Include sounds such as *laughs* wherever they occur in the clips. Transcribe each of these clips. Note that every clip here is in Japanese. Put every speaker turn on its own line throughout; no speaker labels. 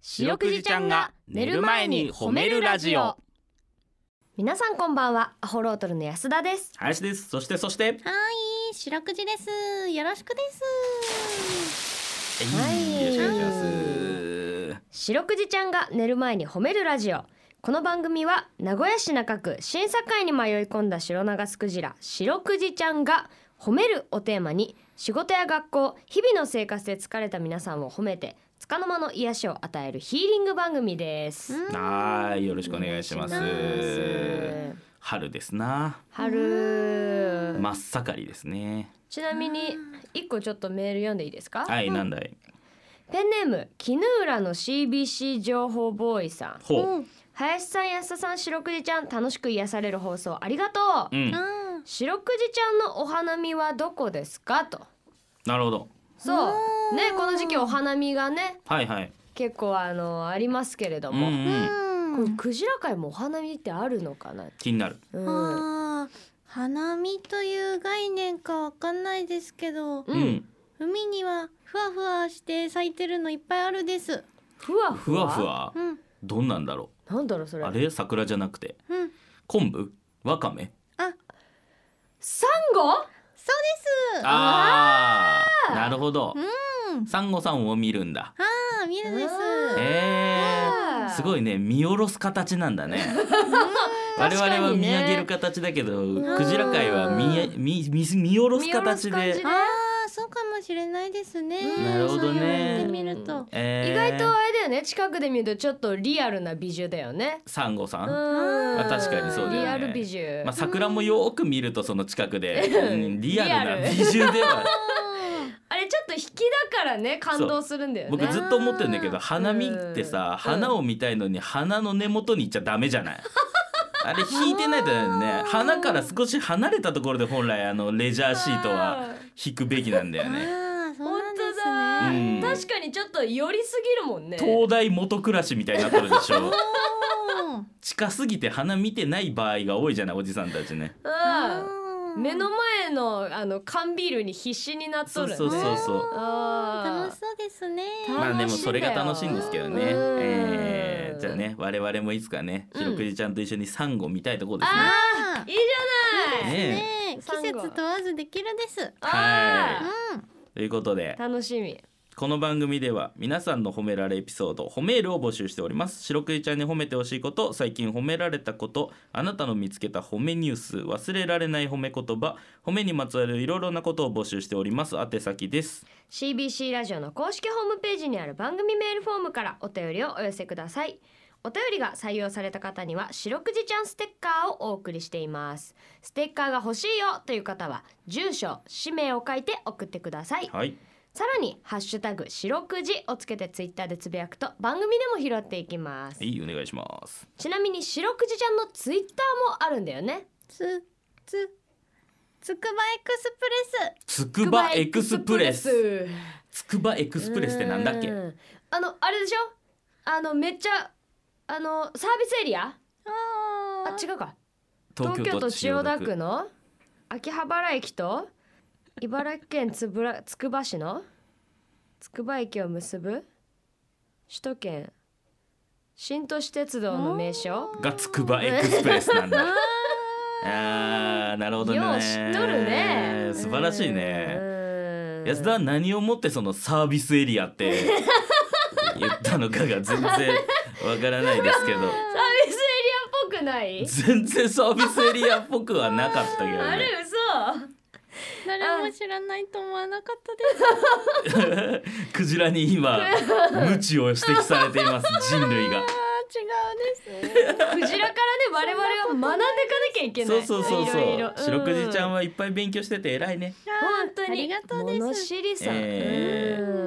白くじちゃんが寝る前に褒めるラジオ
皆さんこんばんはアホロートルの安田です
林ですそしてそして
はーい、白くじです。よろしくです。
はい
よろしくお願いします
白くじちゃんが寝る前に褒めるラジオこの番組は名古屋市中区審査会に迷い込んだ白長スクジラ白くじちゃんが褒めるをテーマに仕事や学校日々の生活で疲れた皆さんを褒めて束の間の癒しを与えるヒーリング番組です、
うん
はいよろしくお願いします
お願いします
春ですな
春、
真っ盛りですね
ちなみに一個ちょっとメール読んでいいですか、
はいなんだい
ペンネーム絹浦の CBC 情報ボーイさん
ほ
林さん安田さん白くじちゃん楽しく癒される放送ありがとう、
ううん
うん
白くじちゃんのお花見はどこですかと
なるほど
そうねこの時期お花見がね
はいはい
結構あのありますけれど
うんう
も、
ん
このクジラ界もお花見ってあるのかな、
気になる
うん
あー花見という概念かわかんないですけど、
う
うんん
海にはふわふわして咲いてるのいっぱいあるです。
ふわふ
ふわ
わ
ふわ
うん、
どんなんだろ
なんだろうそうれ
あれ桜じゃなくて
うん、
昆布わかめ
あ、
サンゴ
そうです。あ
ああなるほど
うん
サンゴさんを見るんだ
ー、見るです。
うん
えー、すご
い
いね見下ろす形なんだね我々は見上げる形だけど、
ん
クジラ界は見え見見見下ろす形
見下ろす
で
感
あー、そうかもしれないですね。
なるほどね
そう言われてみると。
えー
意外とあれだよね近くで見るとちょっとリアルな美女だよね
サンゴさ、
うんん
あ確かにそうだよね
リアル美女、
まあ、桜もよーく見るとその近くで、
うん
うんリアル
リ
な
アル
美獣
*laughs*
では
あれちょっと引きだからね感動するんだよね
僕ずっと思ってるんだけど花見ってさ花を見たいのに花の根元に行っちゃダメじゃないあれ引いてないとダメだよね花から少し離れたところで本来あのレジャーシートは引くべきなんだよね
ああ、そう
本
なんです
当
ね。
だ、
うん
確かにちょっと寄りすぎるもんね
東大元暮らしみたいになってるでしょ
おー
近すぎて花見てない場合が多いじゃないおじさんたちね
うん目の
前
前のあの缶ビールに必死になっ
そ
と
う
る
そうそうそう
あ
楽しそうですね。
まあでもそれが楽しいんですけどね、
うん
えーじゃあね我々もいつかね
うん
白くじちゃんと一緒にサンゴ見たいところですね、
あ
ーいいじゃない、
ね
ー
え
ねえ季
サンゴ
節問わずできるです。
あー
うん。
ということで
楽しみ
この番組では皆さんの褒められエピソード褒めールを募集しております白くじちゃんに褒めてほしいこと最近褒められたことあなたの見つけた褒めニュース忘れられない褒め言葉褒めにまつわるいろいろなことを募集しております宛先です
CBC ラジオの公式ホームページにある番組メールフォームからお便りをお寄せくださいお便りが採用された方には「白くじちゃんステッカー」をお送りしていますステッカーが欲しいよという方は住所氏名を書いて送ってください
はい
さらに「ハッシュタグ白くじ」をつけてツイッターでつぶやくと番組でも拾っていきます
はいお願いします
ちなみに白くじちゃんのツイッターもあるんだよね
つつつくばエクス
つ
プ
くばエクスプレス
ス
つくばエクスプレスってなんだっけ
うんあのあれでしょあのめっちゃあのサービスエリア
レス。あ
あ
あ。
違うか
東
東京都
京都
千
千
代
代
田
田
区
区
の秋葉原駅と茨城県つぶらつくば市のつくば駅を結ぶ首都圏新都市鉄道の名所
がつくばエクスプレスな
*laughs*
んだあーなるほどね
よう知っとるね
素晴らしいね
うん
安田は何をもってそのサービスエリアって
*laughs*
言ったのかが全然わからないですけど
サービスエリアっぽくない
全然サービスエリアっぽくはなかったけど
あれ
ね
嘘
誰も知らないと思わなかったで
*laughs*
*laughs* クジラに今無知を指摘されています人類が
す。あー違うです。
クジラからね我々は学んでいかなきゃいけな
そう
い
そうそうそう
いろいろ
白くじちゃん
は
はいっぱい勉強してて偉いね
*laughs* 本当に
ありがとうです
物知りさん、
えー
う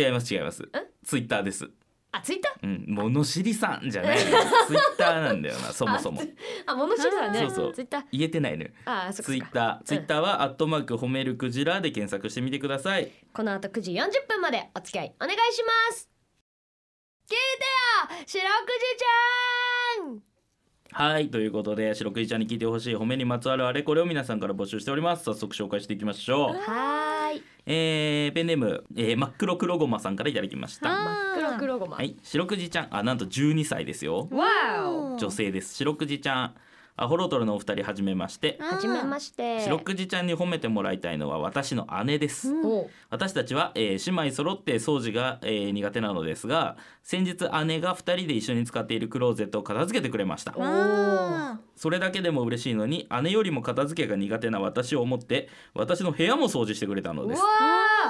ん
違います違いますツイッターです
あツイッター
うん物知りさんじゃないの
*laughs*
ツイッターなんだよなそもそも
あ物知りさんね
そうそう
ツイッター
言えてないのよ
あそっか
ツ
そ
イ
っか
ッターツイッターはアットマーク褒めるクジラで検索してみてください
この後9時40分までお付き合いお願いします聞いてよ白くじちゃん
はいということで白くじちゃんに聞いてほしい褒めにまつわるあれこれを皆さんから募集しております早速紹介していきましょう
はーいはい
えーペンネーム、えー真っ黒黒ごまさんからいただきました
あー
真っ黒黒ごま、
はい白くじちゃんあなんと12歳ですよ
わーお
女性です白くじちゃんアホロトルのお二人はじめまして
あー
はじめまして
白くじちゃんに褒めてもらいたいのは私の姉です、
うん
お
私たちは、えー姉妹揃って掃除が、えー苦手なのですが先日姉が2人で一緒に使っているクローゼットを片付けてくれました
お
あ
それだけでも嬉しいのに姉よりも片付けが苦手な私を思って私の部屋も掃除してくれたの
う
で
わ
す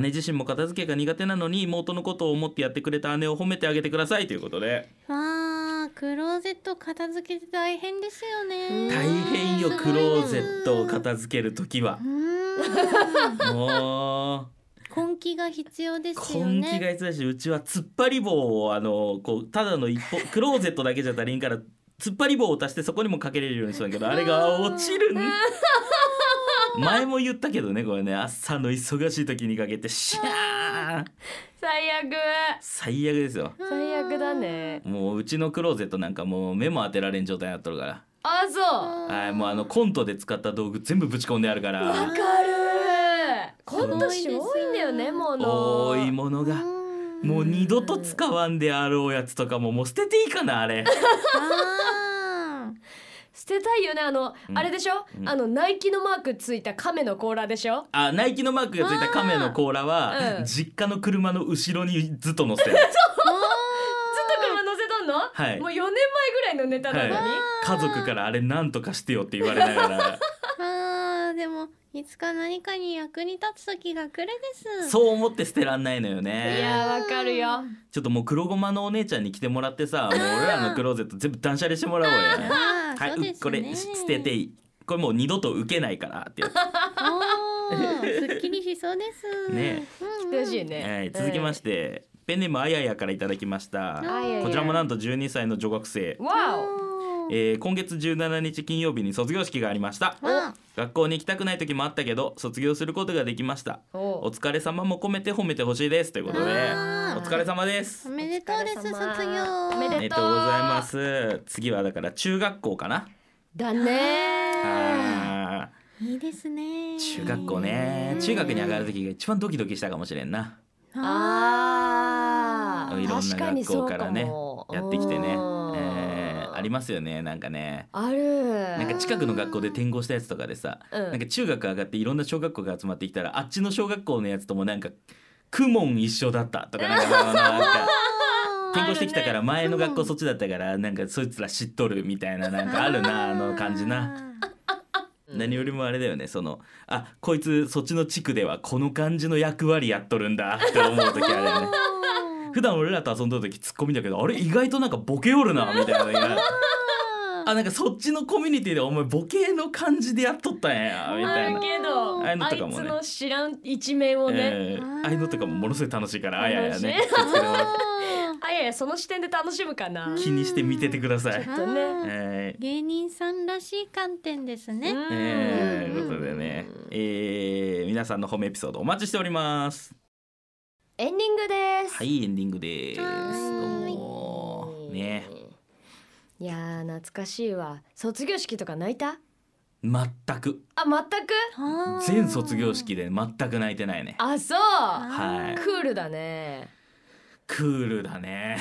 姉自身も片付けが苦手なのに妹のことを思ってやってくれた姉を褒めてあげてくださいということで
ーわあクローゼット片付けて大変ですよね
大変よ
すごいな
クローゼットを片付ける時は
うーん
も
根気が必要で
う
すよ
根
ね
気が必要だしうちは突っ張り棒をあのこうただの一歩クローゼットだけじゃ足りんから突っ張り棒を足してそこにもかけれるようにしたんだけどあれが落ちるん *laughs* 前も言ったけどねこれね朝の忙しい時にかけてシャー
最悪
最悪ですよ
最悪だね
もううちのクローゼットなんかもう目も当てられん状態になっとるから
あそう
はい、もうあのコントで使った道具全部ぶち込んであるか
わ
ら
かるこんなし多いんだよねもの
多いものがもう二度と使わんであろうやつとかももう捨てていいかなあれ
あ
捨てたいよねあの、
うん
あれでしょ、
うん
あのナイキのマークついた亀の甲羅でしょ
あナイキのマークがついた亀の甲羅は、
うん
実家の車の後ろにずっと乗せてる
ずっと車乗せとんの、
はい
もう4年前ぐらいのネタなのに、
はい家族からあれなんとかしてよって言われながら
ーあーでもいつか何かに役に立つ時が来るです
そう思って捨てらんないのよ
い、
ね
やわかるよ
ちょっともう黒ごまのお姉ちゃんに来てもらってさもう俺らのクローゼット全部断捨離してもらおうや、
あー
は
そう
い、
で
う
す
これし捨てていいこれもう二度と受けないからってやつ
おーすっきりしそうです
ね
うんうん
嬉しいね、
はい、続きまして、ペンネームあややからいただきました
あやや
こちらもなんと12歳の女学生、
わお
おー
えー今月17日金曜日に卒業式がありました
あ
学校に行きたくない時もあったけど卒業することができましたお
お
疲れ様も込めて褒めてほしいですということで
あ
お疲れ様です
おめでとうです
お
卒
疲れ様
業
おめ
お
で
めでとうございます次はだから中学校かな
だね
あ
いいですね
ー中学校ね中学に上がる時が一番ドキドキしたかもしれんな
あー
いろんな
確かに
学
そ
校
う
からね
も
やってきてね、え
うん
ーありますよねなんかね
ある
なんか近くの学校で転校したやつとかでさ、
うん
なんか中学上がっていろんな小学校が集まってきたらあっちの小学校のやつともなんか「クモン一緒だった」とかなんかなんか転校してきたから前の学校そっちだったからなんかそいつら知っとるみたいななんかあるなあの感じな。何よりもあれだよねそのあこいつそっちの地区ではこの感じの役割やっとるんだって思う時あるよね普段俺らと遊んだ時ツッコミだけどあれ意外となんかボケおるなみたいなのがあなんかそっちのコミュニティでお前ボケの感じでやっとったんやみ
あ
たい
る
な。
けど
ああいうの
あ
とかも
い
ね
つの知らん一面をね、
えーああいうのとかもものすごい楽しいからあややね
楽
気をつけてもらっ
あいやいやその視点で楽しむかな、
て気にして見ててください。
とね
あー
えー
芸人さんらしい観点ですね
うん
えーということでね、えー皆さんのホームエピソードお待ちしております。
エンディングです
はいエンディングです。ど
はーいう
もね
いやー懐かしいわ卒業式とか泣いた
全く
あ全く
あー
全卒業式で全く泣いてないね。
あそう
はい
クールだね
クールだ
*laughs*
ね。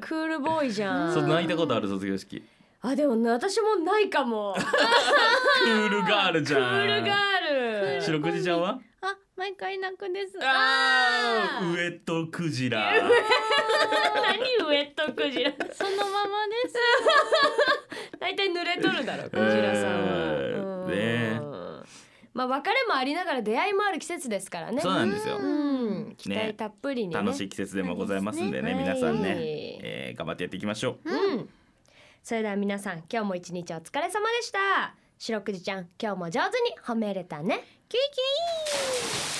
クールボーイじゃん
そう泣いたことある卒業式。
あでもな私もないかも
クールガールじゃん。
クールガール
白くじちゃんは？
あ毎回泣くです
あ
あー
ーウエットクジラ。
何ウエットクジラ
そのままです
大体濡れとるだろクジラさんは
えー、
うん
ねえ
まあ別れもありながら出会いもある季節ですからね
そうなんですよ。
うん期待たっぷりにね
楽しい季節でもございますんでね、
そうで
皆
すね
さん
は
ね
い、
えー頑張ってやっていきましょう。
うん。それでは皆さん、今日も一日お疲れ様でした。白くじちゃん、今日も上手に褒めれたね。キュイキュイ。